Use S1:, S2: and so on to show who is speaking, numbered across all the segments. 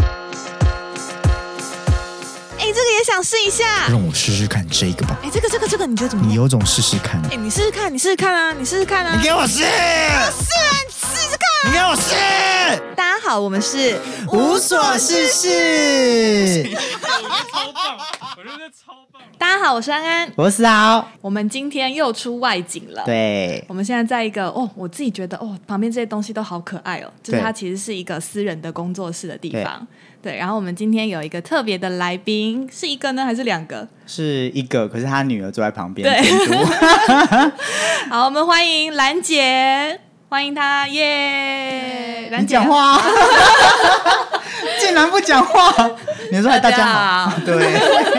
S1: 哎想试一下。
S2: 让我试试看这个吧。
S1: 哎，这个这个这个，你觉得怎么
S2: 你
S1: 样？
S2: 有种试试看，
S1: 哎，你试试看，你试试看啊，你试试看啊
S2: 你，给我试，
S1: 试啊，你试试看
S2: 你给我试，
S1: 啊。大家好，我们是
S2: 无所事事。
S3: 超棒，我觉得超棒。
S1: 大家好，我是安安。
S2: 我是啊，
S1: 我们今天又出外景了。，
S2: 对，
S1: 我们现在在一个哦，我自己觉得哦，旁边这些东西都好可爱哦。就是
S2: 对
S1: 它其实是一个私人的工作室的地方。对，然后我们今天有一个特别的来宾，是一个呢还是两个？
S2: 是一个，可是他女儿坐在旁边
S1: 对
S2: 监督。
S1: 好，我们欢迎兰姐，欢迎她耶！兰
S2: 你
S1: 姐
S2: 讲，话、啊，竟然不讲话。你说嗨大
S4: 大
S2: 家
S4: 家
S2: 好，
S4: 好
S2: 对，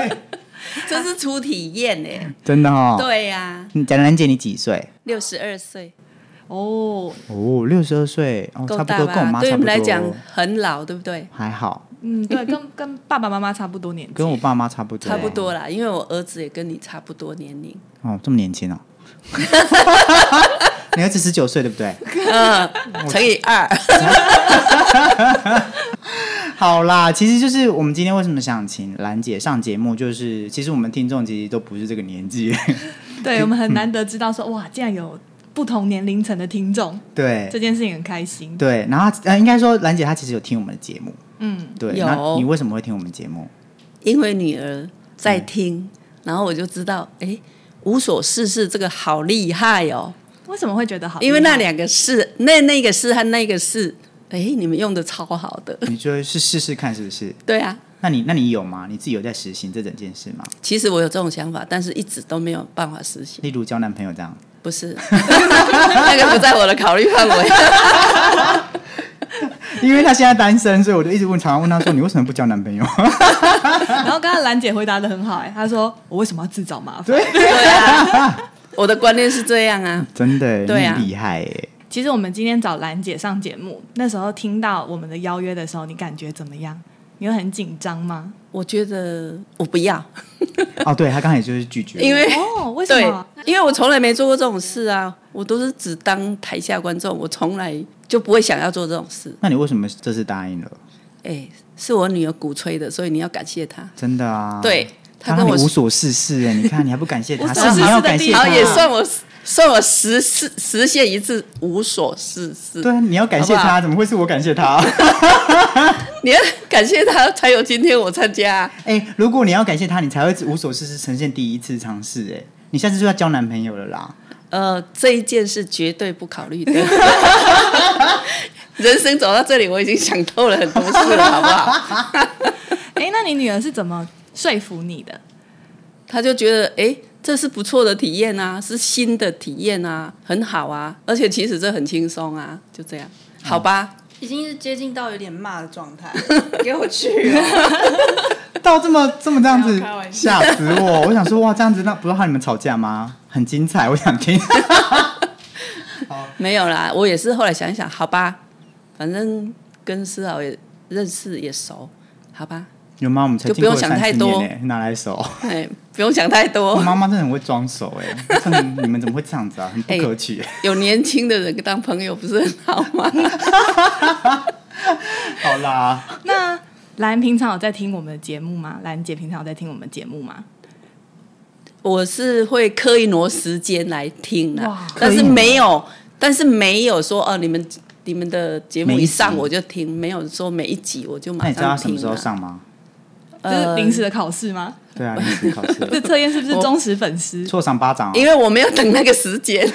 S4: 这是初体验哎、
S2: 真的哈、哦。
S4: 对呀、
S2: 你蒋楠姐，你几岁？
S4: 六十二岁
S1: 哦，
S2: 哦，六十二岁，哦，
S4: 够
S2: 差不
S4: 大
S2: 多跟我
S4: 吧？
S2: 妈
S4: 对
S2: 差
S4: 我
S2: 不
S4: 们
S2: 多。
S4: 来讲很老，对不对？
S2: 还好，
S1: 嗯，对，跟 跟爸爸妈妈差不多年纪，
S2: 跟我爸妈差不多。
S4: 差不。多啦，因为我儿子也跟你差不多年 龄，
S2: 哦，这么年轻哦。 你儿子十九岁对不对？
S4: 嗯乘以 二。
S2: 好啦，其实就是我们今天为什么想请兰姐上节目，就是其实我们听众其实都不是这个年纪，
S1: 对我们很难得知道说，哇，竟然有不同年龄层的听众，
S2: 对
S1: 这件事情很开心。
S2: 对。然后她呃，应该说兰姐她其实有听我们的节目，
S1: 嗯，
S2: 对。
S4: 有
S2: 那你为什么会听我们节目？
S4: 因为女儿在
S2: 嗯
S4: 听，然后我就知道，哎，无所事事这个好厉害哦，
S1: 为什么会觉得好？
S4: 因为那两个事，那那个事和那个事，哎，你们用的超好的。
S2: 你觉得是试试看是不是？
S4: 对啊，
S2: 那你那你有吗？你自己有在实行这整件事吗？
S4: 其实我有这种想法，但是一直都没有办法实行。
S2: 例如交男朋友这样？
S4: 不是， 那个不在我的考虑范围。
S2: 因为她现在单身，所以我就一直问，常常问她说：“你为什么不交男朋友。
S1: 然后刚刚兰姐回答的很好、哎，她说我为什么要自找麻烦？
S4: 对啊，我的观念是这样啊？”
S2: 真的，
S4: 对啊
S2: 你厉害耶！
S1: 其实我们今天找兰姐上节目，那时候听到我们的邀约的时候，你感觉怎么样？你会很紧张吗？
S4: 我觉得我不要，
S2: 哦，对她刚才就是拒绝我，
S4: 因为、
S1: 哦，为什
S4: 对
S1: 么？，
S4: 因为我从来没做过这种事啊，我都是只当台下观众，我从来就不会想要做这种事。
S2: 那你为什么这次答应了？
S4: 哎，是我女儿鼓吹的，所以你要感谢她。
S2: 真的啊，
S4: 对，
S2: 她
S4: 她跟
S2: 让
S4: 我
S2: 你无所
S4: 说，
S2: 事事 哎，你看你还不感谢她，
S1: 无所
S2: 是
S1: 事
S2: 你
S1: 事
S2: 还要
S1: 的
S2: 感
S1: 地
S2: 谢
S1: 方
S2: 她，
S4: 然后也算我算我实事实现一次无所事事。
S2: 对，你要感谢
S4: 好不
S2: 她，怎么会是我感谢她？
S4: 你要感谢她才有今天我参加、啊。
S2: 哎，如果你要感谢她，你才会无所事事呈现第一次尝试哎，你下次就要交男朋友了 啦。
S4: 呃，这一件是绝对不考虑的。 人生走到这里，我已经想透了很多事了，好不好？
S1: 哎，那你女儿是怎么说服你的？
S4: 他就觉得，哎，这是不错的体验啊，是新的体验啊，很好啊，而且其实这很轻松啊，就这样，好吧？
S5: 已经是接近到有点骂的 状态，给我去、哦！
S2: 到这么这么这样
S5: 不
S2: 子
S5: 要开玩
S2: 吓死我！我想说哇，这样子那不是和你们吵架吗？很精彩，我想 听。
S4: 没有啦，我也是后来想一想，好吧，反正跟思豪也认识也熟，好吧？
S2: 有吗？我们才
S4: 就
S2: 经过
S4: 不用想
S2: 30
S4: 太多
S2: 年欸拿来 手。
S4: 哎，不用想太
S2: 我
S4: 多，
S2: 妈妈真的很会装熟哎，真的你们怎么会这样子啊？很
S4: 哎
S2: 不可取。
S4: 有年轻的人当朋友不是很好 吗？
S2: 好啦，
S4: 嗯
S1: 那兰平常有在听我们的节目吗？兰姐平常有在听我们节目吗？
S4: 我是会刻意挪时间来听
S1: 哇
S4: 啦，但是没有，但是没有说哦，你们你们的节目
S2: 每一集
S4: 一上我就听，没有说每一集我就
S2: 那
S4: 马
S2: 你知道她
S4: 上
S2: 什么
S4: 听啊
S2: 时候
S4: 啦。
S2: 上吗？
S4: 呃
S1: 就是临时的考试吗？
S2: 对啊，你自己考
S1: 这
S2: 试，
S1: 测验是不是忠实粉丝？
S2: 错赏巴掌哦。
S4: 因为我没有等那个时间。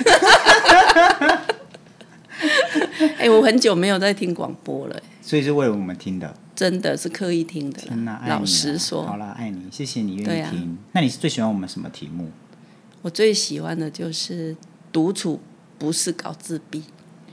S4: 哎、我很久没有在听广播了、
S2: 所以是为了我们听的。
S4: 真的是刻意听的
S2: 天哪，
S4: 啦
S2: 爱。你啊
S4: 老实说，
S2: 好啦，爱你，谢谢你
S4: 对
S2: 愿意
S4: 啊
S2: 听。那你最喜欢我们什么题目？
S4: 我最喜欢的就是独处，不是搞自闭，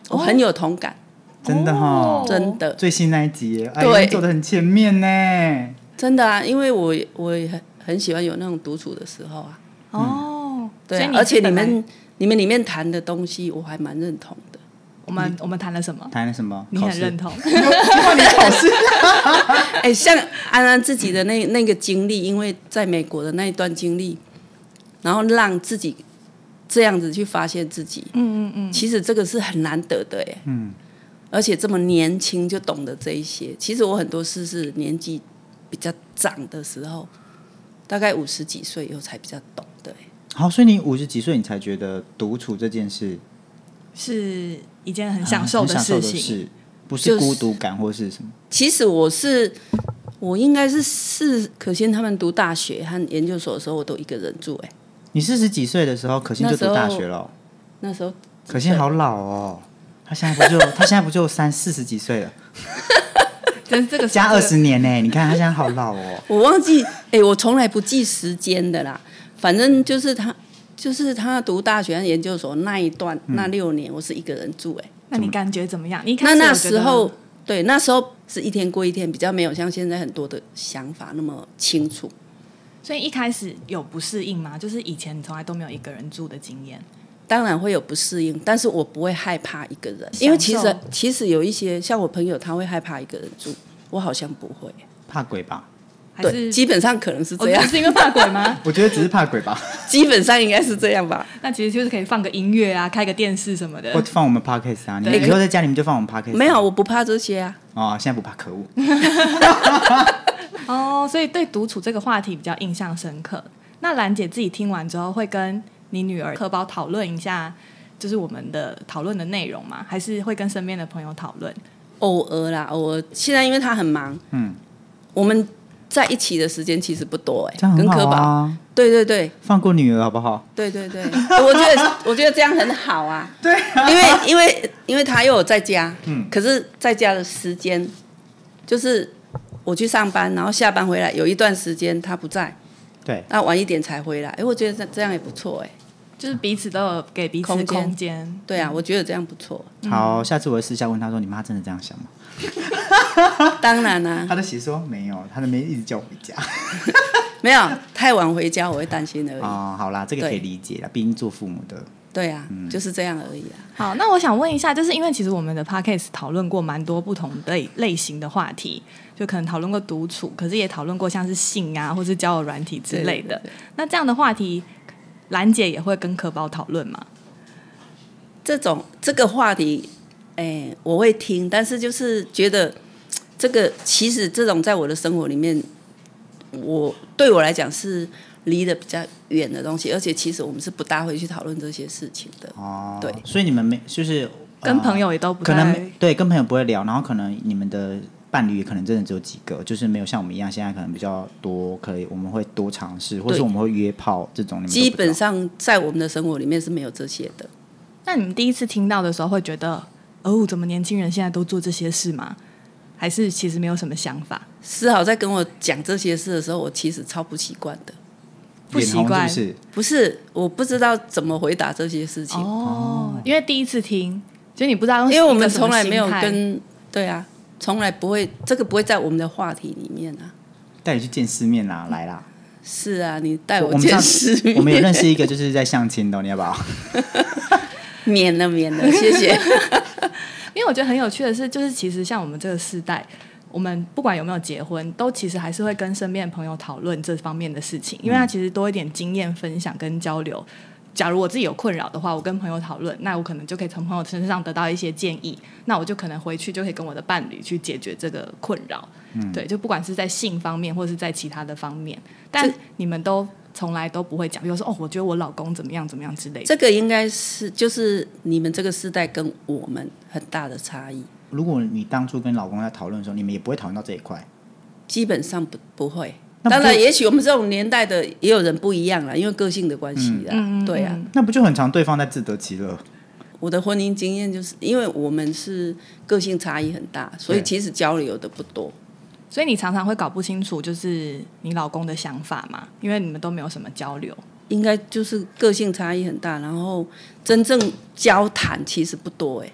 S4: 我很有同感，
S2: 真的哈
S1: 哦，
S4: 真的。
S2: 最新那一集耶，哎，
S4: 对
S2: 你走的很前面呢。
S4: 真的啊，因为我我也很很喜欢有那种独处的时候啊，
S1: 哦，
S4: 对
S1: 所
S4: 啊
S1: 以，
S4: 而且你
S1: 本来
S4: 们你们里面谈的东西，我还蛮认同的。
S1: 我们我们谈了什么？
S2: 谈了什么？
S1: 你
S2: 考
S1: 很
S2: 试
S1: 认同，
S2: 你考试。
S4: 哎，像安安自己的那那个经历，因为在美国的那一段经历，然后让自己这样子去发现自己，
S1: 嗯嗯嗯，
S4: 其实这个是很难得的哎。
S2: 嗯。
S4: 而且这么年轻就懂得这一些，其实我很多事是年纪比较长的时候大概五十几岁以后才比较懂的、欸
S2: 好，所以你五十几岁你才觉得独处这件事
S1: 是一件
S2: 啊
S1: 很享受的
S2: 很
S1: 事
S2: 享受
S1: 情。
S2: 事不
S4: 就是是
S2: 孤独感或是什么？
S4: 其实我是我应该是是可心他们读大学和研究所的时候，我都一个人住、欸，哎，
S2: 你四十几岁的时候，可心就
S4: 那时
S2: 读
S4: 候
S2: 大学了哦，
S4: 那时候
S2: 可心好老哦。他现在不就他现在不就三四十几 岁了，
S1: 但是这个
S2: 加
S1: 这
S2: 二
S1: 个
S2: 十年呢？你看他现在好老哦。
S4: 我忘记，哎、我从来不记时间的啦。反正就是他，就是他读大学、研究所那一段、那六年，我是一个人住、哎，
S1: 那你感觉怎么样？你一开始
S4: 那那
S1: 有觉得
S4: 时候，对，那时候是一天过一天，比较没有像现在很多的想法那么清楚。
S1: 所以一开始有不适应吗？就是以前从来都没有一个人住的经验，
S4: 当然会有不适应，但是我不会害怕一个人，因为其实
S1: 享受
S4: 其实有一些像我朋友，他会害怕一个人住，我好像不会。
S2: 怕鬼吧？
S1: 还
S4: 对，
S1: 是
S4: 基本上可能是
S1: 我
S4: 这样，
S1: 是因为怕鬼吗？
S2: 我觉得只是怕鬼吧。
S4: 基本上应该是这样吧。
S1: 那其实就是可以放个音乐啊，开个电视什么的
S2: 或。放我们 podcast 啊，你
S1: 对
S2: 以后在家里面就放我们 podcast 啊。
S4: 没有，我不怕这些啊。
S2: 哦，现在不怕，可恶。
S1: 哦，所以对独处这个话题比较印象深刻。那兰姐自己听完之后，会跟你女儿课包讨论一下，就是我们的讨论的内容吗？还是会跟身边的朋友讨论？
S4: 偶尔啦，偶尔。现在因为他很忙，
S2: 嗯，
S4: 我们在一起的时间其实不多哎、
S2: 这样
S4: 跟
S2: 很
S4: 科
S2: 好
S4: 宝，
S2: 啊。
S4: 对对对
S2: 放过女儿好不好？
S4: 对对 对，我觉得我觉得这样很好啊。对因为因为因为他又有在家，
S2: 嗯
S4: 可是在家的时间就是我去上班，然后下班回来有一段时间他不在，
S2: 对，
S4: 那晚一点才回来。哎，我觉得这这样也不错哎、
S1: 就是彼此都有给彼此空
S4: 空间
S1: 间。
S4: 对啊，我觉得这样不错。
S2: 好，下次我会私下问她说：“你妈真的这样想吗
S4: 当然啊啦、？”
S2: 她的喜说：“没有，她的妹一直叫我回家。
S4: 没有太晚回家我会担心而”已。
S2: 哦，好啦，这个可以
S4: 对
S2: 理解啦，毕竟做父母的。
S4: 对啊，
S2: 嗯
S4: 就是这样而已啊。
S1: 好，那我想问一下，就是因为其实我们的 podcast 讨论过蛮多不同类类型的话题，就可能讨论过独处，可是也讨论过像是性啊，或是交友软体之类的。
S4: 对对对
S1: 那这样的话题，兰姐也会跟可宝讨论吗？
S4: 这种这个话题，哎，我会听，但是就是觉得这个其实这种在我的生活里面，我对我来讲是离得比较远的东西，而且其实我们是不大会去讨论这些事情的。
S2: 哦，
S4: 对
S2: 所以你们没就是
S1: 跟
S2: 呃
S1: 朋友也都不
S2: 可
S1: 太
S2: 能对跟朋友不会聊，然后可能你们的伴侣可能真的只有几个，就是没有像我们一样，现在可能比较多，可以我们会多尝试，或者
S4: 对
S2: 我们会约炮这种。你们都不
S4: 基本
S2: 知道
S4: 上在我们的生活里面是没有这些的。
S1: 那你们第一次听到的时候，会觉得哦，怎么年轻人现在都做这些事吗？还是其实没有什么想法？
S4: 思豪在跟我讲这些事的时候，我其实超不习惯的。
S1: 不
S2: 脸
S1: 习
S2: 红
S1: 惯
S2: 是不是？
S4: 不是，我不知道怎么回答这些事情，
S1: 哦，因为第一次听，所以你不知道用
S4: 因为我
S1: 一
S4: 们
S1: 个什么
S4: 从来没有
S1: 心态
S4: 跟对啊，从来不会这个不会在我们的话题里面啊。
S2: 带你去见世面啦，来啦！
S4: 是啊，你带
S2: 我们
S4: 见
S2: 上
S4: 世面，
S2: 我们有认识一个就是在相亲的哦，你要不要？
S4: 免了免 了，谢谢。
S1: 因为我觉得很有趣的是，就是其实像我们这个世代，我们不管有没有结婚，都其实还是会跟身边的朋友讨论这方面的事情，因为他其实多一点经验分享跟交流。假如我自己有困扰的话，我跟朋友讨论，那我可能就可以从朋友身上得到一些建议，那我就可能回去就可以跟我的伴侣去解决这个困扰。对，就不管是在性方面，或是在其他的方面，但你们都从来都不会讲，比如说哦，我觉得我老公怎么样怎么样之类的。
S4: 这个应该是就是你们这个世代跟我们很大的差异，
S2: 如果你当初跟老公在讨论的时候，你们也不会讨论到这一块。
S4: 基本上不不会。
S2: 那不
S4: 当
S2: 就
S4: 然，也许我们这种年代的也有人不一样啦，因为个性的关系啦。
S1: 嗯嗯嗯
S4: 对啊，
S2: 那不就很常对方在自得其乐？
S4: 我的婚姻经验就是因为我们是个性差异很大，所以
S2: 对
S4: 其实交流的不多。
S1: 所以你常常会搞不清楚，就是你老公的想法嘛，因为你们都没有什么交流。
S4: 应该就是个性差异很大，然后真正交谈其实不多哎、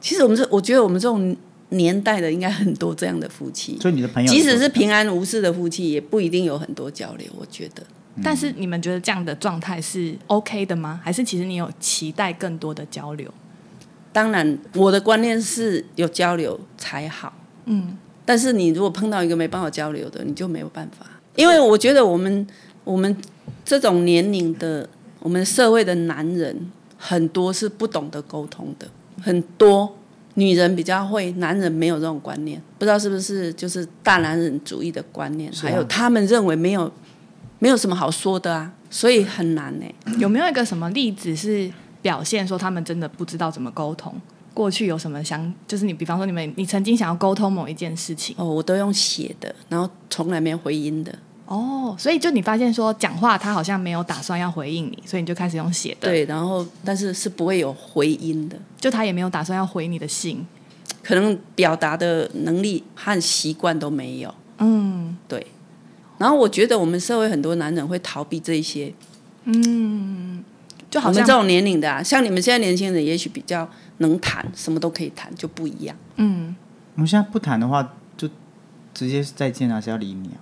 S4: 其实我们这，我觉得我们这种年代的应该很多这样的夫妻，
S2: 所以你的朋友，
S4: 即使是平安无事的夫妻，也不一定有很多交流。我觉得
S1: 但是你们觉得这样的状态是 OK 的吗？还是其实你有期待更多的交流？
S4: 当然，我的观念是有交流才好。
S1: 嗯，
S4: 但是你如果碰到一个没办法交流的，你就没有办法。因为我觉得我们我们这种年龄的，我们社会的男人很多是不懂得沟通的，很多女人比较会，男人没有这种观念，不知道是不是就是大男人主义的观念，
S2: 是啊
S4: 还有他们认为没有没有什么好说的啊，所以很难欸呢、
S1: 有没有一个什么例子是表现说他们真的不知道怎么沟通？过去有什么想，就是你比方说你们你曾经想要沟通某一件事情
S4: 哦，我都用写的，然后从来没有回音的。
S1: 哦，所以就你发现说讲话他好像没有打算要回应你，所以你就开始用写的，，
S4: 对，然后但是是不会有回音的，
S1: 就他也没有打算要回你的信，
S4: 可能表达的能力和习惯都没有。
S1: 嗯
S4: 对，然后我觉得我们社会很多男人会逃避这一些，
S1: 嗯，就
S4: 我
S1: 好
S4: 们
S1: 像
S4: 这种年龄的啊，像你们现在年轻人也许比较能谈，什么都可以谈，就不一样。
S1: 嗯，
S2: 我们现在不谈的话，就直接再见啊，谁要理你啊？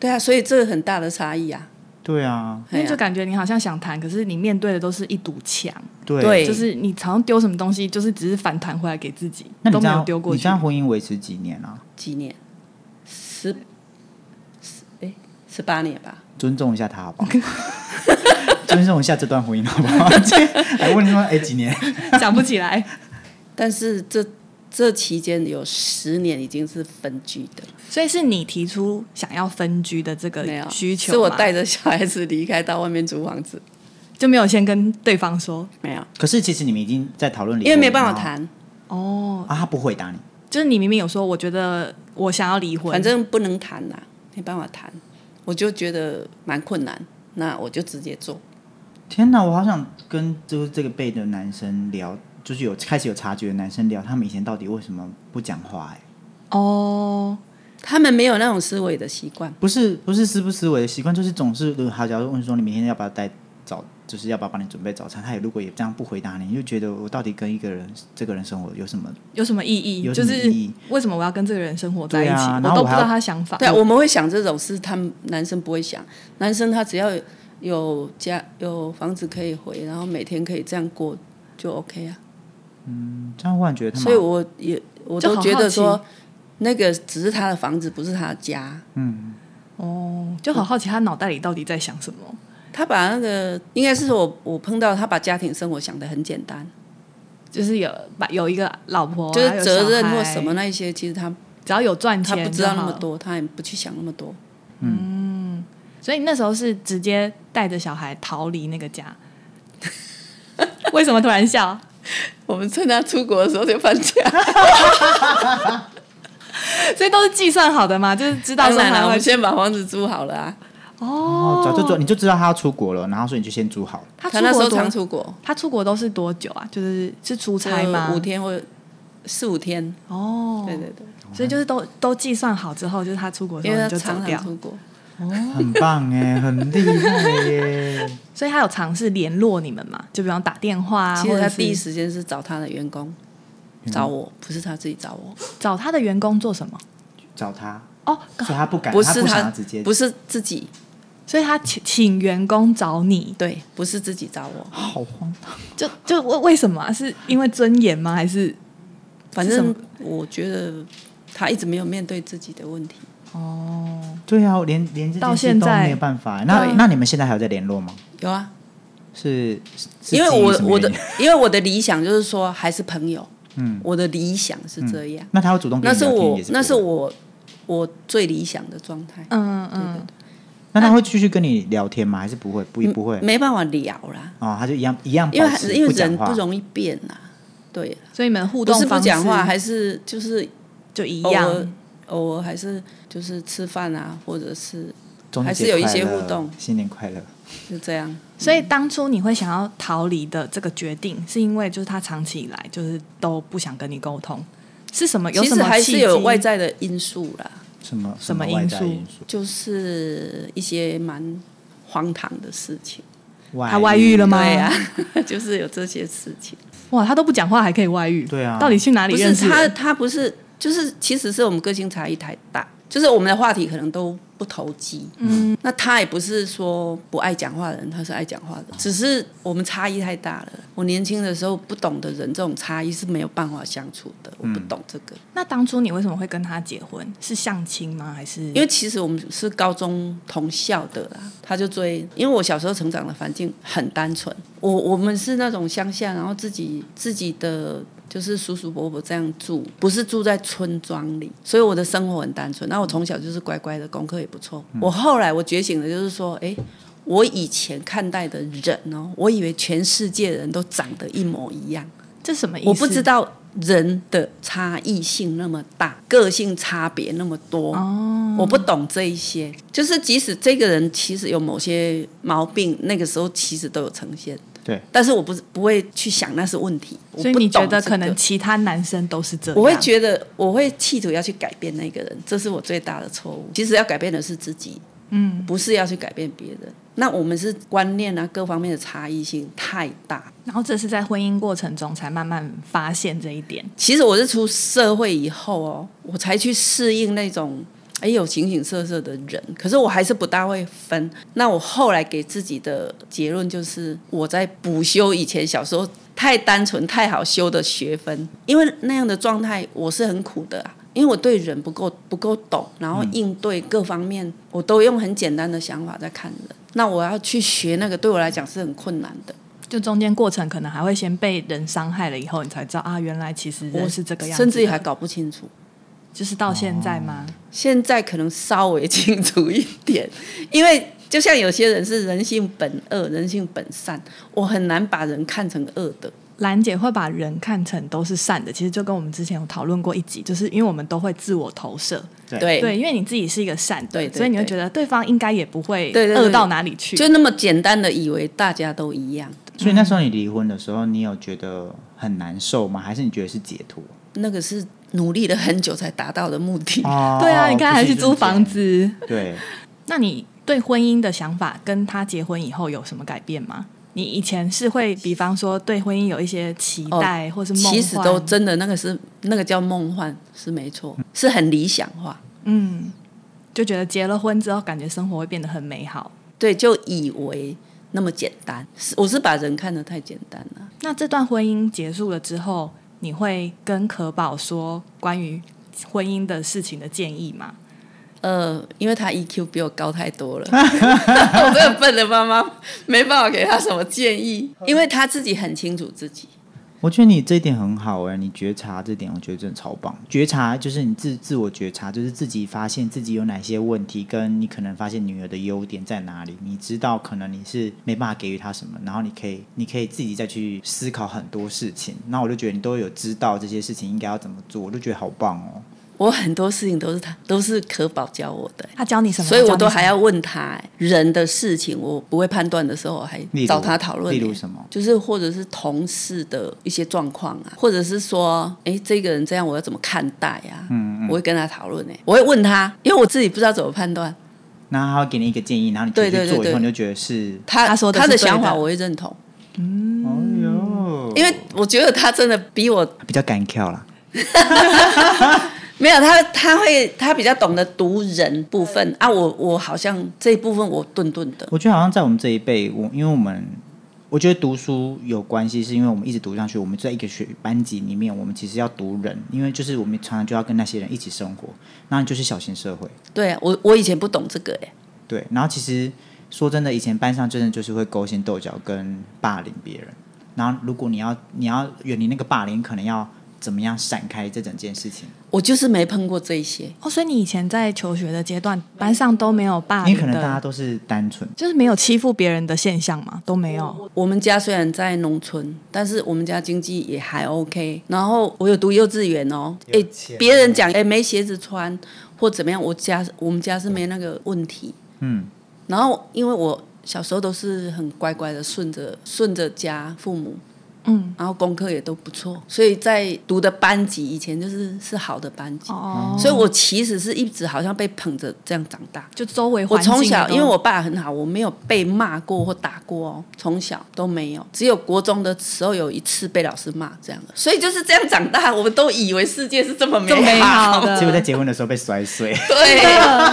S4: 对啊，所以这个很大的差异啊。
S2: 对啊，
S1: 因为就
S4: 哎呀
S1: 感觉你好像想谈，可是你面对的都是一堵墙，
S2: 对。
S4: 对
S1: 就是你好像丢什么东西，就是只是反弹回来给自己，
S2: 那你
S1: 都
S2: 这
S1: 没有
S2: 样
S1: 丢过
S2: 你
S1: 去
S2: 这。样婚姻维持几年啊？
S4: 几年？十十哎十八年吧。
S2: 尊重一下他好 不好？尊重一下这段婚姻好不好？ 这还问说哎、几年？
S1: 想不起 来，
S4: 但是这这期间有十年已经是分居的，
S1: 所以是你提出想要分居的这个
S4: 没有
S1: 需求吗，
S4: 是我带着小孩子离开到外面租房子，
S1: 就没有先跟对方说
S4: 没有，
S2: 可是其实你们已经在讨论离婚，
S4: 因为没办法
S2: 然后
S4: 谈，
S1: 哦，
S2: 啊，他不回答你。
S1: 就是你明明有说我觉得我想要离婚，
S4: 反正不能谈啦、没办法谈，我就觉得蛮困难，那我就直接做。
S2: 天哪，我好想跟就是这个辈的男生聊，就是有开始有察觉的男生聊，他们以前到底为什么不讲话、哎，
S1: 哦，
S4: 他们没有那种思维的习惯，
S2: 不是不是思不思维的习惯，就是总是好，假如问说你明天要不要带早，就是要不要帮你准备早餐，他也如果也这样不回答你，你就觉得我到底跟一个人这个人生活有什么？
S1: 有什么意义？
S2: 有什
S1: 就
S2: 么
S1: 是
S2: 意义
S1: 为什么我要跟这个人生活在一起？
S2: 对啊然
S1: 我
S2: 后
S1: 都
S2: 我
S1: 不
S2: 还
S1: 知道
S2: 要
S1: 他想法。
S4: 对啊，我们会想这种事，他们男生不会想，男生他只要有有家有房子可以回，然后每天可以这样过就 OK 啊。
S2: 这样忽然觉得他们
S4: 所以我也我
S1: 就
S4: 都
S1: 好
S4: 觉
S1: 好
S4: 得
S1: 奇
S4: 说，那个只是他的房子，不是他的家。
S1: 哦，就好好奇他脑袋里到底在想什么。
S4: 他把那个应该是说我我碰到他把家庭生活想得很简单，
S1: 就是有把有一个老婆啊，
S4: 就是责任
S1: 有小
S4: 或
S1: 孩
S4: 什么，那一些，其实他
S1: 只要有赚
S4: 他
S1: 钱，
S4: 不知道那么。多，他也不去想那么
S1: 嗯
S4: 多。
S1: 所以你那时候是直接带着小孩逃离那个家。 为什么突然笑？
S4: 我们趁他出国的时候就搬家，
S1: 所以都是计算好的嘛，就是知道
S4: 当
S1: 说
S4: 然了，
S1: 他
S4: 我
S1: 会
S4: 们先把房子租好了啊。
S1: 哦
S2: 哦，早就知道你就知道他要出国了，然后所以你就先租好了。
S1: 他
S4: 他
S1: 出
S4: 那时
S1: 国
S4: 候
S1: 多啊
S4: 常出国，
S1: 他出国都是多久啊？就是是出差吗？
S4: 呃五天或四五天，
S1: 哦，
S4: 对对对，
S1: 所以就是都都计算好之后，就是他出国的时
S4: 因
S1: 候
S4: 为
S1: 你
S4: 他
S1: 就走
S4: 常
S1: 掉
S4: 常，出国。
S2: 很棒哎，很厉害耶！
S1: 所以他有尝试联络你们嘛？就比方打电话啊，
S4: 其
S1: 或
S4: 实
S1: 者
S4: 他
S1: 是
S4: 第一时间是找他的员工，找我，不是他自己找我。
S1: 找哦他的员工做什么？
S2: 找他，
S1: 哦，
S2: 所以他不敢，
S4: 不是
S2: 不
S4: 他
S2: 想要直接，
S4: 不是自己，
S1: 所以他请请员工找你，
S4: 对，不是自己找我，
S2: 好荒唐。
S1: 就就为为什么、啊？是因为尊严吗？还是
S4: 反
S1: 是什
S4: 正
S1: 么
S4: 我觉得他一直没有面对自己的问题，
S1: 哦？
S2: 对啊，连连这
S1: 到
S2: 件
S1: 现
S2: 事都
S1: 在
S2: 没有办法。那那你们现在还有在联络吗？
S4: 有啊，
S2: 是，是是
S4: 因为
S2: 基于
S4: 我
S2: 什么
S4: 我
S2: 原因
S4: 的
S1: 嗯
S4: 因为我的理想就是说还是朋友，
S2: 嗯
S4: 我的理想是这样，
S2: 那他会主动跟
S4: 那
S2: 你
S4: 是
S2: 聊天
S4: 我
S2: 也是
S4: 那是
S2: 不会，
S4: 我我最理想的状态，
S1: 嗯
S4: 对对
S1: 嗯，
S4: 对，
S2: 那他会继续跟你聊天吗？还是不会？不不会
S4: 嗯没办法聊啦，
S2: 哦，他就一样一样
S4: 因为
S2: 保持
S4: 因为
S2: 不讲
S4: 人
S2: 话
S4: 不容易变呐，对，
S1: 所以你们互
S4: 不
S1: 动
S4: 是不
S1: 方式
S4: 讲话，还是就是
S1: 就一
S4: 偶
S1: 样
S4: 尔。偶尔还是就是吃饭啊，或者是
S2: 中
S4: 还
S2: 秋节
S4: 是有一些
S2: 快乐
S4: 互动
S2: 新年快乐，
S4: 就这样。
S1: 所以当初你会想要逃离的这个决定，是因为就是他长期以来就是都不想跟你沟通，是什么？有
S4: 其
S1: 什
S4: 实
S1: 么
S4: 还
S1: 契
S4: 是
S1: 机
S4: 有外在的因素啦，
S2: 什么
S1: 什么
S2: 外
S1: 因
S2: 在
S1: 素
S2: 因素？
S4: 就是一些蛮荒唐的事情。
S2: 外
S1: 他外遇了吗
S4: 嗯对啊呀、就是有这些事情。
S1: 哇，他都不讲话还可以外遇，
S2: 对啊
S1: 到底去哪里
S4: 不
S1: 认
S4: 是
S1: 识的？
S4: 他，他不是，就是其实是我们个性差异太大，就是我们的话题可能都不投机。嗯，那他也不是说不爱讲话的人，他是爱讲话的，只是我们差异太大了。我年轻的时候不懂的人，这种差异是没有办法相处的。我不懂这个，
S1: 那当初你为什么会跟他结婚？是相亲吗？还是
S4: 因为其实我们是高中同校的啦，他就追，因为我小时候成长的环境很单纯，我我们是那种乡下，然后自己自己的就是叔叔伯伯这样住，不是住在村庄里，所以我的生活很单纯。那我从小就是乖乖的，功课也不错。
S1: 嗯
S4: 我后来我觉醒了，就是说，哎，我以前看待的人哦，我以为全世界人都长得一模一样，
S1: 这什么意思？
S4: 我不知道人的差异性那么大，个性差别那么
S1: 哦
S4: 多。我不懂这一些，就是即使这个人其实有某些毛病，那个时候其实都有呈现。
S2: 对，
S4: 但是我不不会去想那是问题。我
S1: 所以
S4: 不
S1: 你
S4: 懂
S1: 觉得
S4: 这
S1: 可
S4: 个
S1: 能其他男生都是这样？
S4: 我会觉得我会企图要去改变那个人，这是我最大的错误。其实要改变的是自己，嗯，不是要去改变别人。那我们是观念啊，各方面的差异性太大。
S1: 然后这是在婚姻过程中才慢慢发现这一点。
S4: 其实我是出社会以后哦，我才去适应那种哎有形形色色的人，可是我还是不大会分。那我后来给自己的结论就是，我在补修以前小时候太单纯、太好修的学分，因为那样的状态我是很苦的啊。因为我对人不够不够懂，然后应对各方面、我都用很简单的想法在看人。那我要去学那个，对我来讲是很困难的。
S1: 就中间过程可能还会先被人伤害了，以后你才知道啊，原来其实
S4: 我
S1: 人是这个样子的，
S4: 甚至于还搞哦不清楚。
S1: 就是到现在吗？
S4: 现在可能稍微清楚一点，因为就像有些人是人性本恶，人性本善，我很难把人看成恶的。
S1: 兰姐会把人看成都是善的，其实就跟我们之前有讨论过一集，就是因为我们都会自我投射，
S4: 对，
S1: 对，因为你自己是一个善的，
S4: 对对
S1: 所以你会
S4: 对
S1: 觉得对方应该也不会
S4: 对对对
S1: 恶到哪里去，
S4: 就那么简单的以为大家都一样，
S2: 所以那时候你离婚的时候，你有觉得很难受吗？还是你觉得是解脱？
S4: 那个是努力了很久才达到的目的。
S2: 哦
S1: 对啊，你看还去租房。
S4: 哦
S1: 子，
S2: 不是一瞬间对，
S1: 那你对婚姻的想法跟他结婚以后有什么改变吗？你以前是会，比方说对婚姻有一些期待，或是梦幻，
S4: 哦其实都真的那个是那个叫梦幻，是没错，是很理想化。
S1: 嗯，就觉得结了婚之后，感觉生活会变得很美好。
S4: 对，就以为那么简单，是我是把人看得太简单了。
S1: 那这段婚姻结束了之后，你会跟可宝说关于婚姻的事情的建议吗？
S4: 呃，因为他 EQ 比我高太多了， 我这个笨的妈妈没办法给他什么建议，因为他自己很清楚自己。
S2: 我觉得你这一点很好哎、你觉察这点，我觉得真的超棒。觉察就是你自自我觉察，就是自己发现自己有哪些问题，跟你可能发现女儿的优点在哪里。你知道可能你是没办法给予她什么，然后你可以你可以自己再去思考很多事情。那我就觉得你都有知道这些事情应该要怎么做，我就觉得好棒哦。
S4: 我很多事情都是他都是可宝教我的、
S1: 他教你什么？
S4: 所以我
S1: 教
S4: 都
S1: 你什么
S4: 还要问他、人的事情，我不会判断的时候，我还
S2: 例如
S4: 找他讨论、欸
S2: 例如什么
S4: 就是或者是同事的一些状况啊，或者是说，哎，这个人这样我要怎么看待啊？嗯我会跟他讨论哎、我会问他，因为我自己不知道怎么判断。
S2: 那他会给你一个建议，然后你自己
S4: 对对
S2: 去
S4: 对
S2: 做以后，
S4: 对
S2: 你就觉得是，
S4: 他
S1: 他说的
S4: 他的
S1: 是对
S4: 想法
S1: 的
S4: 我会认同，
S2: 哦哟，
S4: 嗯因为我觉得他真的比我
S2: 哦比较敢跳啦。
S4: 没有他，他会他比较懂得读人部分啊，我我好像这一部分我顿顿的，
S2: 我觉得好像在我们这一辈，我因为我们，我觉得读书有关系，是因为我们一直读上去，我们在一个学班级里面，我们其实要读人，因为就是我们常常就要跟那些人一起生活，那就是小型社会。
S4: 对啊我我以前不懂这个哎、
S2: 对，然后其实说真的，以前班上真的就是会勾心斗角跟霸凌别人，然后如果你要你要远离那个霸凌，可能要怎么样闪开这整件事情？
S4: 我就是没碰过这一些，
S1: 哦，所以你以前在求学的阶段，班上都没有霸凌
S2: 因为可能大家
S1: 的，
S2: 都是单纯。
S1: 就是没有欺负别人的现象嘛，都没有。
S4: 我们家虽然在农村，但是我们家经济也还 OK。然后我有读幼稚园哦，
S2: 有
S4: 诶，
S2: 钱
S4: 别人讲诶没鞋子穿或怎么样，我家我们家是没那个问题。
S2: 嗯，
S4: 然后因为我小时候都是很乖乖的，顺着顺着家父母，
S1: 嗯，
S4: 然后功课也都不错，所以在读的班级以前就是是好的班级，
S1: 哦，
S4: 所以我其实是一直好像被捧着这样长大。
S1: 就周围
S4: 我
S1: 环境
S4: 从小
S1: 也都
S4: 因为我爸很好，我没有被骂过或打过哦，从小都没有，只有国中的时候有一次被老师骂这样的，所以就是这样长大，我们都以为世界是这么美
S1: 这么美好 的，
S2: 结果在结婚的时候被摔碎。
S4: 对，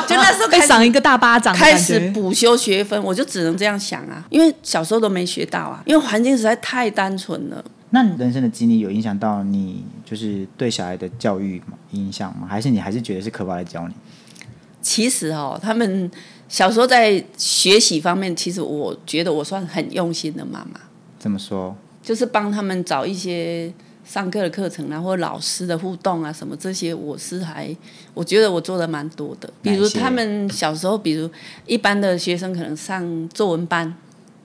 S4: 就那时候
S1: 被
S4: 开始
S1: 赏一个大巴掌的感
S4: 开
S1: 觉，
S4: 始补修学分，我就只能这样想啊，因为小时候都没学到啊，因为环境实在太单纯了。
S2: 那你人生的经历有影响到你，就是对小孩的教育吗影响吗？还是你还是觉得是可宝来教你？
S4: 其实哦，他们小时候在学习方面，其实我觉得我算很用心的妈妈，
S2: 怎么说？
S4: 就是帮他们找一些上课的课程啊，或老师的互动啊，什么这些，我是还我觉得我做的蛮多的。比如
S2: 哪些
S4: 他们小时候，比如一般的学生可能上作文班，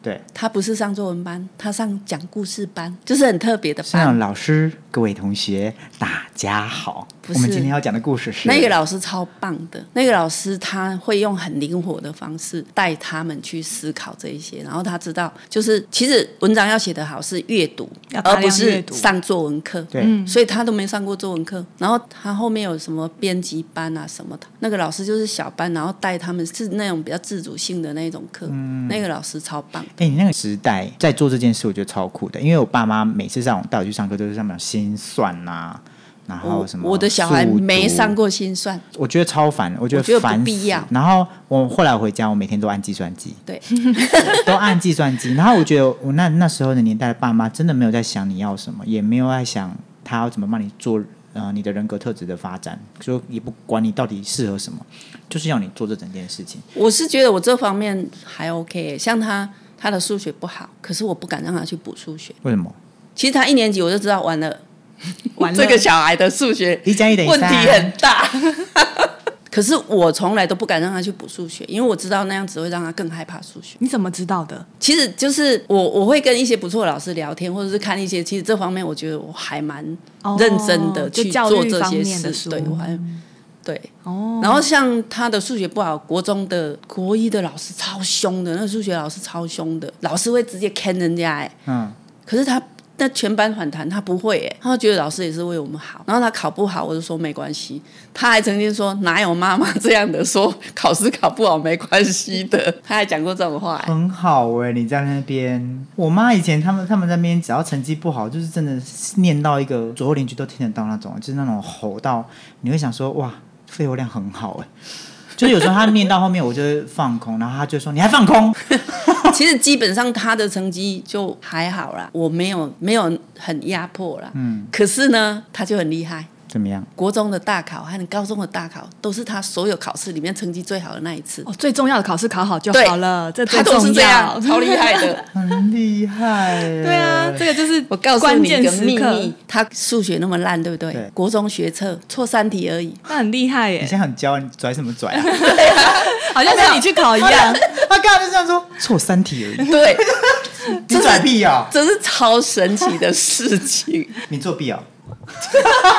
S2: 对，
S4: 他不是上作文班，他上讲故事班，就是很特别的
S2: 是
S4: 班
S2: 让。老师、各位同学，大家好。
S4: 不
S2: 我们
S4: 是
S2: 今天要讲的故事是
S4: 那个老师超棒的，那个老师他会用很灵活的方式带他们去思考这一些，然后他知道，就是其实文章要写得好是阅读，
S1: 要大
S4: 而
S1: 量
S4: 不是
S1: 阅读嗯
S4: 上作文课。
S2: 对、
S4: 所以他都没上过作文课。然后他后面有什么编辑班啊什么的，那个老师就是小班，然后带他们是那种比较自主性的那种课。
S2: 嗯
S4: 那个老师超棒，
S2: 哎、你那个时代在做这件事，我觉得超酷的，因为我爸妈每次上我带我去上课，都是上面有心算呐、然后
S4: 我
S2: 什么
S4: 我的小孩
S2: 速读
S4: 没上，过心算，
S2: 我觉得超烦，我觉
S4: 我觉得
S2: 烦
S4: 不必
S2: 死
S4: 要
S2: 然后我后来回家，我每天都按计算机，
S4: 对，
S2: 都按计算机。然后我觉得我那那时候的年代的爸妈真的没有在想你要什么，也没有在想他要怎么帮你做呃你的人格特质的发展，就也不管你到底适合什么，就是要你做这整件事情。
S4: 我是觉得我这方面还 OK，像他。他的数学不好，可是我不敢让他去补数学。
S2: 为什么？
S4: 其实他一年级我就知道，完 了，
S1: 完了
S4: 这个小孩的数学
S2: 一加一等于
S4: 问
S2: 三。啊
S4: 题很大。 可是我从来都不敢让他去补数学，因为我知道那样子会让他更害怕数学。
S1: 你怎么知道的？
S4: 其实就是我我会跟一些不错的老师聊天，或者是看一些，其实这方面我觉得我还蛮
S1: 哦
S4: 认真的
S1: 就
S4: 去
S1: 教
S4: 做
S1: 育
S4: 这
S1: 方
S4: 些
S1: 面的
S4: 事，
S1: 书
S4: 对，我还对。
S1: 哦，
S4: 然后像他的数学不好，国中的国一的老师超凶的，那个数学老师超凶的，老师会直接坑人家哎、
S2: 嗯，
S4: 可是他那全班反弹，他不会耶，他觉得老师也是为我们好。然后他考不好，我就说没关系。他还曾经说哪有妈妈这样的说 考试考不好没关系的，他还讲过这种话耶。
S2: 很好哎、你在那边，我妈以前他们他们在那边，只要成绩不好，就是真的念到一个左右邻居都听得到那种，就是那种吼到你会想说哇，肺活量很好哎、就是有时候他念到后面，我就会放空，然后他就说你还放空，
S4: 其实基本上他的成绩就还好啦，我没有没有很压迫啦。
S2: 嗯，
S4: 可是呢，他就很厉害。
S2: 怎么样？
S4: 国中的大考和高中的大考都是他所有考试里面成绩最好的那一次，
S1: 哦，最重要的考试考好就
S4: 对
S1: 好了，这最
S4: 他
S1: 重
S4: 都
S1: 要
S4: 是这样，超厉害的。
S2: 很厉害、 欸
S1: 对
S2: 呃
S1: 啊，这个就是
S4: 我告诉
S1: 关
S4: 你一
S1: 键
S4: 个
S1: 时
S4: 秘
S1: 刻
S4: 密，，他数学那么烂，对不对？
S2: 对
S4: 国中学测错三题而已，
S1: 那很厉害
S2: 你
S1: 耶，
S2: 现在很焦，你拽什么拽啊？
S1: 好像是你去考一样。
S2: 他刚才就这样说，错三题 而已，
S4: 对，
S2: 你拽屁哦，
S4: 这是超神奇的事情。
S2: 你作弊哦，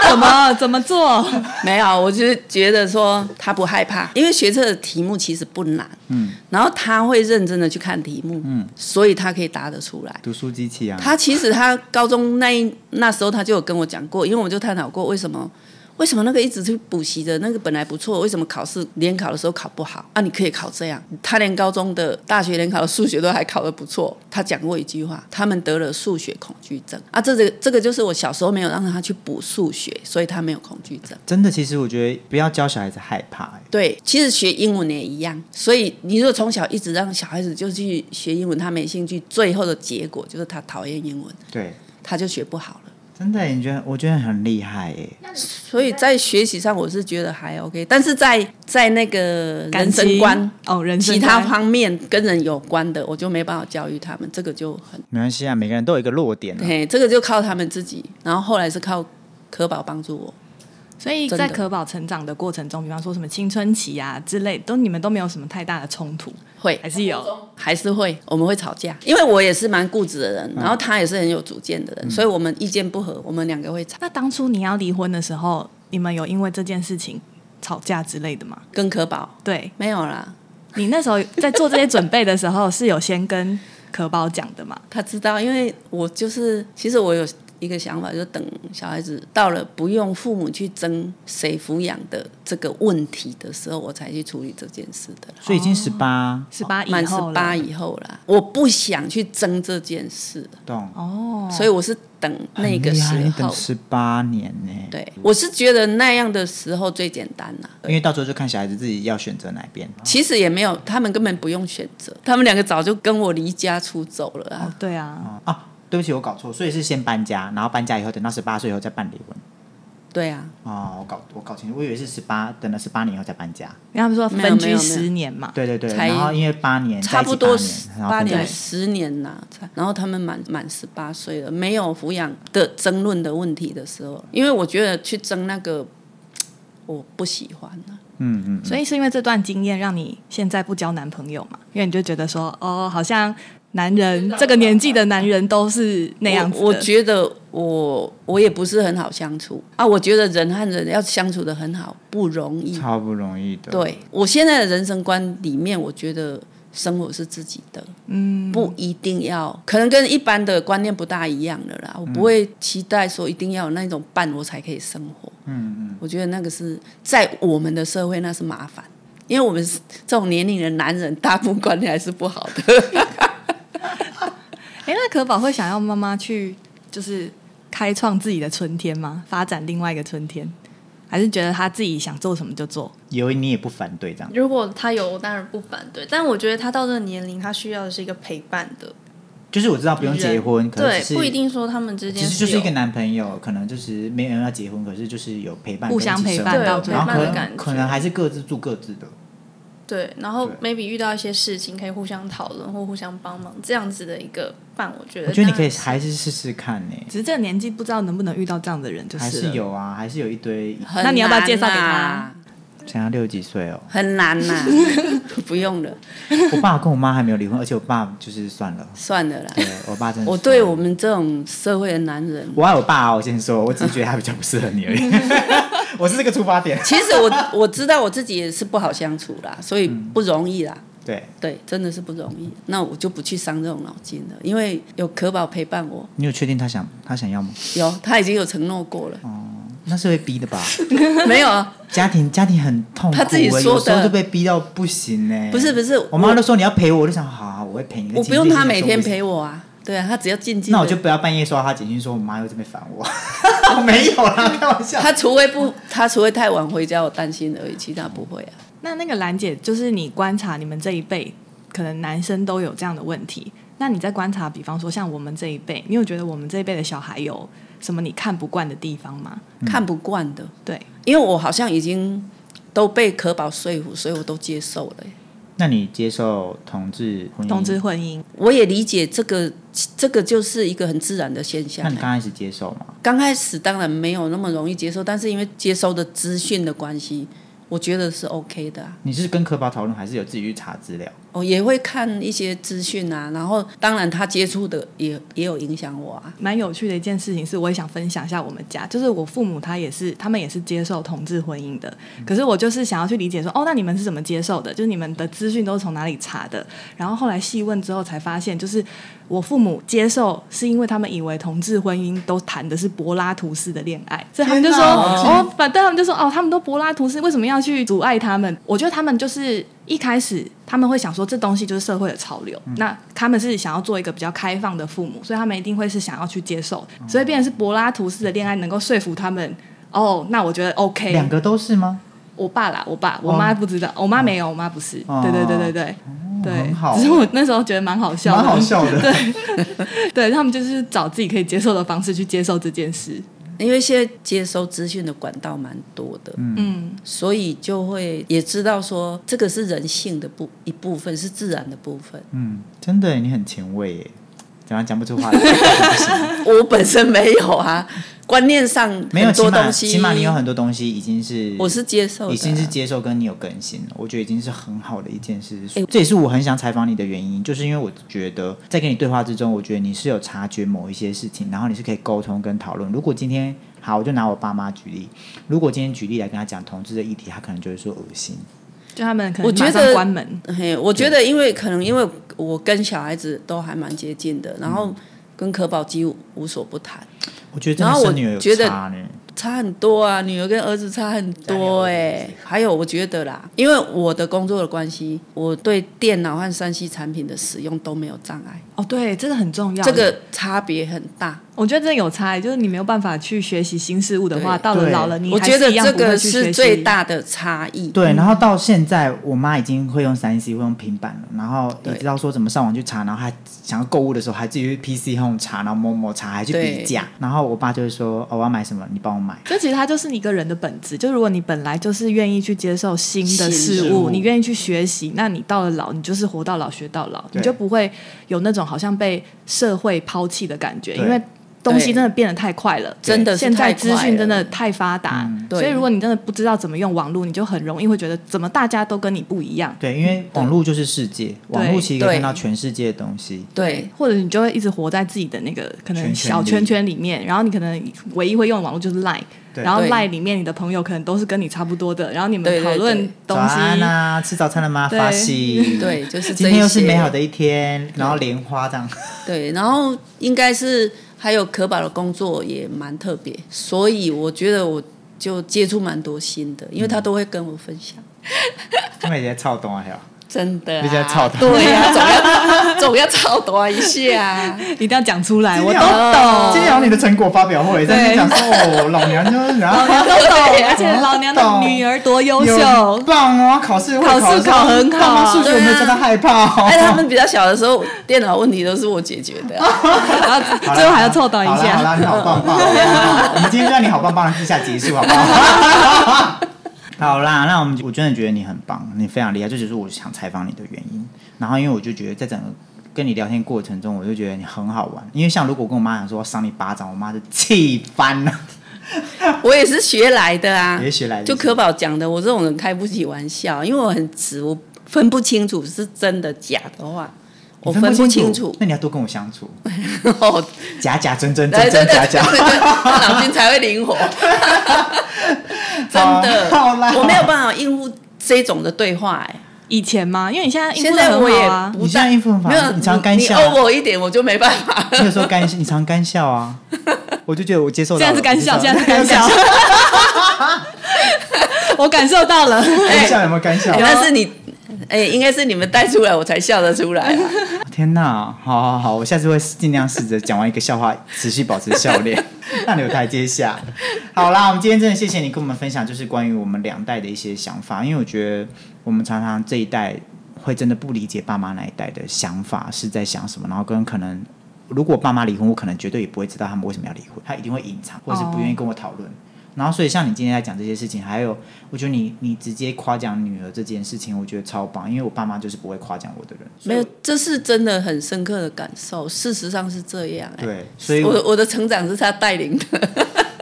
S1: 怎么怎么做？
S4: 没有，我就是觉得说他不害怕，因为学测的题目其实不难，
S2: 嗯，
S4: 然后他会认真的去看题目，嗯，所以他可以答得出来。
S2: 读书机器啊，
S4: 他其实他高中那一那时候他就有跟我讲过，因为我们就探讨过为什么为什么那个一直去补习的那个本来不错，为什么考试联考的时候考不好啊？你可以考这样，他连高中的大学联考的数学都还考得不错。他讲过一句话，他们得了数学恐惧症啊，这个这个就是我小时候没有让他去补数学，所以他没有恐惧症。
S2: 真的，其实我觉得不要教小孩子害怕、欸，
S4: 对，其实学英文也一样，所以你如果从小一直让小孩子就去学英文，他没兴趣，最后的结果就是他讨厌英文，
S2: 对，
S4: 他就学不好了。
S2: 真的、欸，你觉得？我觉得很厉害哎、
S4: 所以在学习上我是觉得还 OK，但是在在那个
S1: 感
S4: 人生
S1: 情
S4: 观、
S1: 哦，人生
S4: 其他
S1: 观
S4: 方面跟人有关的，我就没办法教育他们，这个就很
S2: 没关系啊，每个人都有一个弱点、
S1: 嗯
S2: 啊。
S4: 嘿，这个就靠他们自己。然后后来是靠科宝帮助我，
S1: 所以
S4: 真
S1: 在
S4: 的
S1: 可保成长的过程中，比方说什么青春期啊之类，都你们都没有什么太大的冲突，
S4: 会
S1: 还是有
S4: 还是会，我们会吵架，因为我也是蛮固执的
S1: 嗯
S4: 人，然后他也是很有主见的人，所以我们意见不合，我们两个会吵。
S1: 那当初你要离婚的时候，你们有因为这件事情吵架之类的吗？
S4: 跟科宝
S1: 对
S4: 没有啦，
S1: 你那时候在做这些准备的时候，是有先跟可宝讲的嘛？
S4: 他知道，因为我就是，其实我有一个想法，就等小孩子到了不用父母去争谁抚养的这个问题的时候，我才去处理这件事的啦。
S2: 所以已经十八、
S1: 十八以
S4: 哦满十
S1: 后了，
S4: 八以后啦，我不想去争这件事，
S2: 懂？
S1: 哦，
S4: 所以我是等那个时
S2: 很厉害
S4: 候
S2: 等。十八年呢、，
S4: 对，我是觉得那样的时候最简单啦。
S2: 因为到时候就看小孩子自己要选择哪边。
S4: 其实也没有，他们根本不用选择，他们两个早就跟我离家出走了啊
S1: 哦。对啊，
S2: 啊，对不起，我搞错，所以是先搬家，然后搬家以后，等到十八岁以后再办离婚。
S4: 对啊，
S2: 哦，我搞我搞清楚，我以为是十八，等了十八年以后再搬家。
S1: 因为他们说
S4: 没有
S1: 分
S4: 没
S1: 居
S4: 有没
S1: 十
S4: 有
S1: 年嘛，
S2: 对对对，
S4: 才
S2: 然后因为八年，
S4: 差不多十
S2: 在一起
S4: 八
S2: 八然后
S4: 年、
S2: 分开
S4: 十年呐、才然后他们满满十八岁了，没有抚养的争论的问题的时候，因为我觉得去争那个，我不喜欢啊。
S2: 嗯嗯，
S1: 所以是因为这段经验让你现在不交男朋友嘛？因为你就觉得说，哦，好像男人这个年纪的男人都是那样子的
S4: 我我觉得我我也不是很好相处啊，我觉得人和人要相处的很好不容易。
S2: 超不容易的。，
S4: 对啊我现在的人生观里面，我觉得生活是自己的，嗯，不一定要，可能跟一般的观念不大一样的啦。我不会期待说一定要有那种伴我才可以生活，嗯嗯，我觉得那个是在我们的社会那是麻烦，因为我们是这种年龄的男人，大部分观念还是不好的。
S1: 哎，那可宝会想要妈妈去就是开创自己的春天吗？发展另外一个春天，还是觉得他自己想做什么就做？
S2: 以为你也不反对这样。
S5: 如果他有，我当然不反 对。但我觉得他到这个年龄，他需要的是一个陪伴的，
S2: 就是我知道不用结婚，可
S5: 对
S2: 是只，是
S5: 不一。定说他们之
S2: 其
S5: 间
S2: 实就是
S5: 有
S2: 一个男朋友，可能就是没有人要结婚，可是就是有陪伴跟
S1: 互
S2: 一起生活，
S1: 相陪伴到
S5: 对
S2: 然后可
S5: 陪伴的感
S2: 能
S5: 觉
S2: 可能还是各自住各自的，
S5: 对，然后
S2: 对
S5: maybe 遇到一些事情可以互相讨论或互相帮忙这样子的一个伴，我觉得
S2: 我觉得你
S5: 当
S2: 可以
S5: 然
S2: 还是试试看呢、
S1: 只是这个年纪不知道能不能遇到这样的人，就是
S2: 还
S1: 了
S2: 是有啊，还是有一堆，
S1: 那你要不要介绍给他
S4: 很难啊？
S2: 想要六几岁哦。
S4: 很难呐、 不用了，
S2: 我爸跟我妈还没有离婚，而且我爸就是算了，
S4: 算了啦。
S2: 对我爸真的是算了。
S4: 我对我们这种社会的男人，
S2: 我爱我爸啊，我先说，我只是觉得他比较不适合你而已。我是这个出发点。
S4: 其实我 我知道我自己也是不好相处啦，所以不容易啦。
S2: 对
S4: 对，真的是不容易。那我就不去伤这种脑筋了，因为有可宝陪伴我，
S2: 你有确定他想他想要吗？
S4: 有他已经有承诺过了，
S2: 哦那是会逼的吧？
S4: 没有啊？
S2: 家庭家庭很痛苦、欸，
S4: 他自己说的
S2: 有时候就被逼到不行呢、
S4: 不是不是
S2: 我妈都说你要陪我，我就想好好，我会陪你。
S4: 我不用他每天陪
S2: 我，
S4: 我啊。对啊，他只要静静。
S2: 那我就不要半夜收到他简讯说我妈又这边烦我。 我没有啦，开玩笑。
S4: 他除非不，他除非太晚回家，我担心而已，其他不会啊。
S1: 那那个兰姐，就是你观察你们这一辈，可能男生都有这样的问题。那你在观察，比方说像我们这一辈，你有觉得我们这一辈的小孩有什么你看不惯的地方吗？
S2: 嗯
S4: 看不惯的，
S1: 对，
S4: 因为我好像已经都被可宝说服，所以我都接受了欸、
S2: 那你接受同志婚姻？
S1: 同志婚姻，
S4: 我也理解这个，这个就是一个很自然的现象
S2: 那
S4: 欸、
S2: 你刚开始接受吗？
S4: 刚开始当然没有那么容易接受，但是因为接收的资讯的关系，我觉得是 OK 的、啊。
S2: 你是跟科宝讨论，还是有自己去查资料？
S4: 我也会看一些资讯啊，然后当然他接触的也也有影响我啊。
S1: 蛮有趣的一件事情是，我也想分享一下我们家，就是我父母他也是，他们也是接受同志婚姻的，可是我就是想要去理解说，哦，那你们是怎么接受的？就是你们的资讯都是从哪里查的？然后后来细问之后才发现，就是我父母接受是因为他们以为同志婚姻都谈的是柏拉图式的恋爱，所以他们就说，
S2: 天哪好
S1: 哦，反正他们就说，哦，他们都柏拉图式，为什么要去阻碍他们？我觉得他们就是一开始他们会想说，这东西就是社会的潮流，
S2: 嗯
S1: 那他们是想要做一个比较开放的父母，所以他们一定会是想要去接受，所以变成是柏拉图式的恋爱能够说服他们。哦，那我觉得 OK。
S2: 两个都是吗？
S1: 我爸啦，我爸，我妈不知道，我妈没有，我妈不是。
S2: 哦
S1: 对对对对对对
S2: 很，好
S1: 只是我那时候觉得蛮好笑的，
S2: 蛮好笑的。
S1: 对他们就是找自己可以接受的方式去接受这件事。
S4: 因为现在接收资讯的管道蛮多的，
S1: 嗯，
S4: 所以就会也知道说这个是人性的部一部分，是自然的部分。
S2: 嗯， 真的耶，你很前卫耶。怎么讲不出 话来？不行
S4: 我本身没有啊，观念上
S2: 没有，
S4: 很
S2: 起
S4: 多
S2: 码
S4: 东西，
S2: 起码你有很多东西已经是
S4: 我是接受的啊、
S2: 已经是接受跟你有更新了，我觉得已经是很好的一件事。这也是我很想采访你的原因，就是因为我觉得在跟你对话之中，我觉得你是有察觉某一些事情，然后你是可以沟通跟讨论。如果今天好，我就拿我爸妈举例，如果今天举例来跟他讲同志的议题，他可能就会说恶心。
S1: 就他们可
S4: 我
S1: 能
S4: 觉
S1: 马
S4: 得
S1: 上关门。
S4: 嘿，我觉得因为可能因为我跟小孩子都还蛮接近的，然
S1: 嗯
S4: 后跟可宝几乎无所不谈，
S2: 我觉得真
S4: 然
S2: 的
S4: 后我
S2: 是女儿有
S4: 觉得
S2: 差呢，
S4: 差很多啊，女儿跟儿子差很多哎、还有我觉得啦，因为我的工作的关系，我对电脑和三 C 产品的使用都没有障碍，
S1: 哦，对，这个很重要。
S4: 这个差别很大。
S1: 我觉得这有差，欸就是你没有办法去学习新事物的话，
S4: 对
S1: 到了
S2: 对
S1: 老了，你
S4: 我
S1: 还
S4: 觉
S1: 是
S4: 得
S1: 一样
S4: 这
S1: 不会
S4: 个
S1: 去学
S4: 是
S1: 习
S4: 最。大的差异。
S2: 对，然后到现在，我妈已经会用三 C，会用平板了，然后也知道说怎么上网去查，然后还想要购物的时候，还自己去 PC Home 查，然后某某查，还去比
S4: 对
S2: 价。然后我爸就会说：“哦，我要买什么，你帮我买。
S1: 就其实它就是你一个人的本质，就如果你本来就是愿意去接受新的
S4: 新
S1: 事
S2: 事
S1: 物，
S2: 物
S1: 你愿意去学习，那你到了老，你就是活到老学到老，你
S2: 对
S1: 就不会有那种好像被社会抛弃的感觉，
S2: 对
S1: 因为东西
S4: 对
S1: 真的变得太快了，
S4: 真的是
S1: 现在
S4: 太
S1: 资
S4: 快
S1: 讯真
S4: 了
S1: 的
S4: 嗯
S1: 太发达，
S4: 对
S1: 所以如果你真的不知道怎么用网络，你就很容易会觉得怎么大家都跟你不一样”，
S2: 对，因为
S1: 嗯
S2: 网络就是世界，网络其实可以看到全世界的东西。
S4: 对，
S1: 或者你就会一直活在自己的那个可能
S2: 圈圈
S1: 小
S2: 里
S1: 圈圈里面，然后你可能唯一会用的网络就是 Line，
S2: 对
S1: 然后
S4: 对
S1: Line 里面你的朋友可能都是跟你差不多的，然后你
S4: 对
S1: 们
S4: 对
S1: 讨论东
S2: 早
S1: 西，
S2: 安啊，吃早餐了吗？
S1: 对
S2: 发 系。
S4: 对就是
S2: 今
S4: 这一
S2: 天又是
S4: 些
S2: 美好的一天，然后莲花这样。
S4: 对，然后应该是还有可宝的工作也蛮特别，所以我觉得我就接触蛮多新的，因为他都会跟我分享。
S2: 他们也在操动啊，还有
S4: 真的、啊，
S2: 你在操他
S4: 对呀、 啊，总要总 要操多一下、
S5: 啊
S1: 一定要讲出来，我都
S2: 今
S1: 懂，
S2: 天有你的成果发表会，在那边讲说哦，老娘就是然 后
S1: 我都 懂，而且老娘的女儿多优秀
S2: 有，棒哦！考试会
S1: 考试
S2: 的时候
S1: 考很好
S2: 爸妈数学有没有真的害怕、哦？
S4: 哎，他们比较小的时候，电脑问题都是我解决的、啊。
S1: 然后
S2: 好啦
S1: 最后还要凑到一
S2: 好啦好啦，
S1: 下。
S2: 你好棒棒！我们今天就让你好棒棒 一下结束，好不好？好啦，那我们我真的觉得你很棒，你非常厉害，这就是我想采访你的原因。然后，因为我就觉得在整个跟你聊天过程中，我就觉得你很好玩。因为像如果跟我妈讲说赏你巴掌，我妈就气翻 了。
S4: 我也是学来的啊，
S2: 也学来的
S4: 就可宝讲的，我这种人开不起玩笑，因为我很直，我分不清楚是真的假的话，我分不清楚。
S2: 那你要多跟我相处，
S4: 哦，
S2: 假假真真
S4: 对
S2: 真
S4: 对
S2: 真
S4: 对
S2: 假
S4: 对
S2: 假。
S4: 对，他脑筋才会 灵活。真的，
S2: 好啦
S4: 我没有办法应付这种的对话、哎，
S1: 以前吗？因为你现在应
S4: 现
S1: 付
S4: 在
S1: 的
S4: 我
S1: 很好
S4: 也
S1: 啊，
S4: 不
S2: 你现在
S4: 但
S2: 应付很好
S4: 没有
S2: 你常干
S4: 你
S2: 笑啊
S4: 你哦我一点我就没办法。
S2: 你有时候干，你常干笑啊，我就觉得我接受到了。
S1: 现在是干笑，
S2: 我接受
S1: 现
S2: 到
S1: 在
S2: 了
S1: 是干笑，我感受到了。
S2: 干笑有没有干笑？
S4: 但是你，哎、应该是你们带出来，我才笑得出来、啊。
S2: 天呐，好好好，我下次会尽量试着讲完一个笑话，持续保持笑脸， 让你有台阶下。好啦，我们今天真的谢谢你跟我们分享，就是关于我们两代的一些想法，因为我觉得我们常常这一代会真的不理解爸妈那一代的想法是在想什么，然后跟可能。如果爸妈离婚，我可能绝对也不会知道他们为什么要离婚，他一定会隐藏，或者是不愿意跟我讨论。然后，所以像你今天在讲这些事情，还有我觉得你你直接夸奖女儿这件事情，我觉得超棒，因为我爸妈 就是不会夸奖我的人。
S4: 没有，这是真的很深刻的感受。事实上是这样、哎，
S2: 对，所以
S4: 我的我的成长是他带领的。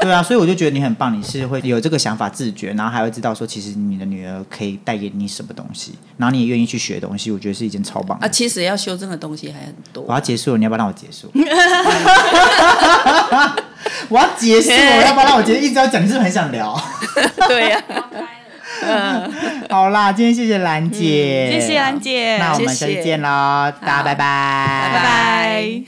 S2: 对啊，所以我就觉得你很棒，你是会有这个想法自觉，然后还会知道说，其实你的女儿可以带给你什么东西，然后你也愿意去学东西，我觉得是一件超棒的
S4: 啊，。其实要修正的东西还很
S2: 我
S4: 多。
S2: 要结束了，你要不要让我结束？我要结束了，要不要让我结束？一直要讲，你是不是很想聊？
S4: 对呀、
S2: 好啦，今天谢谢兰姐，
S1: 嗯谢谢安姐，
S2: 那我们下
S4: 谢
S2: 次
S4: 谢
S2: 见喽，大家拜拜，
S4: 拜
S1: 拜拜。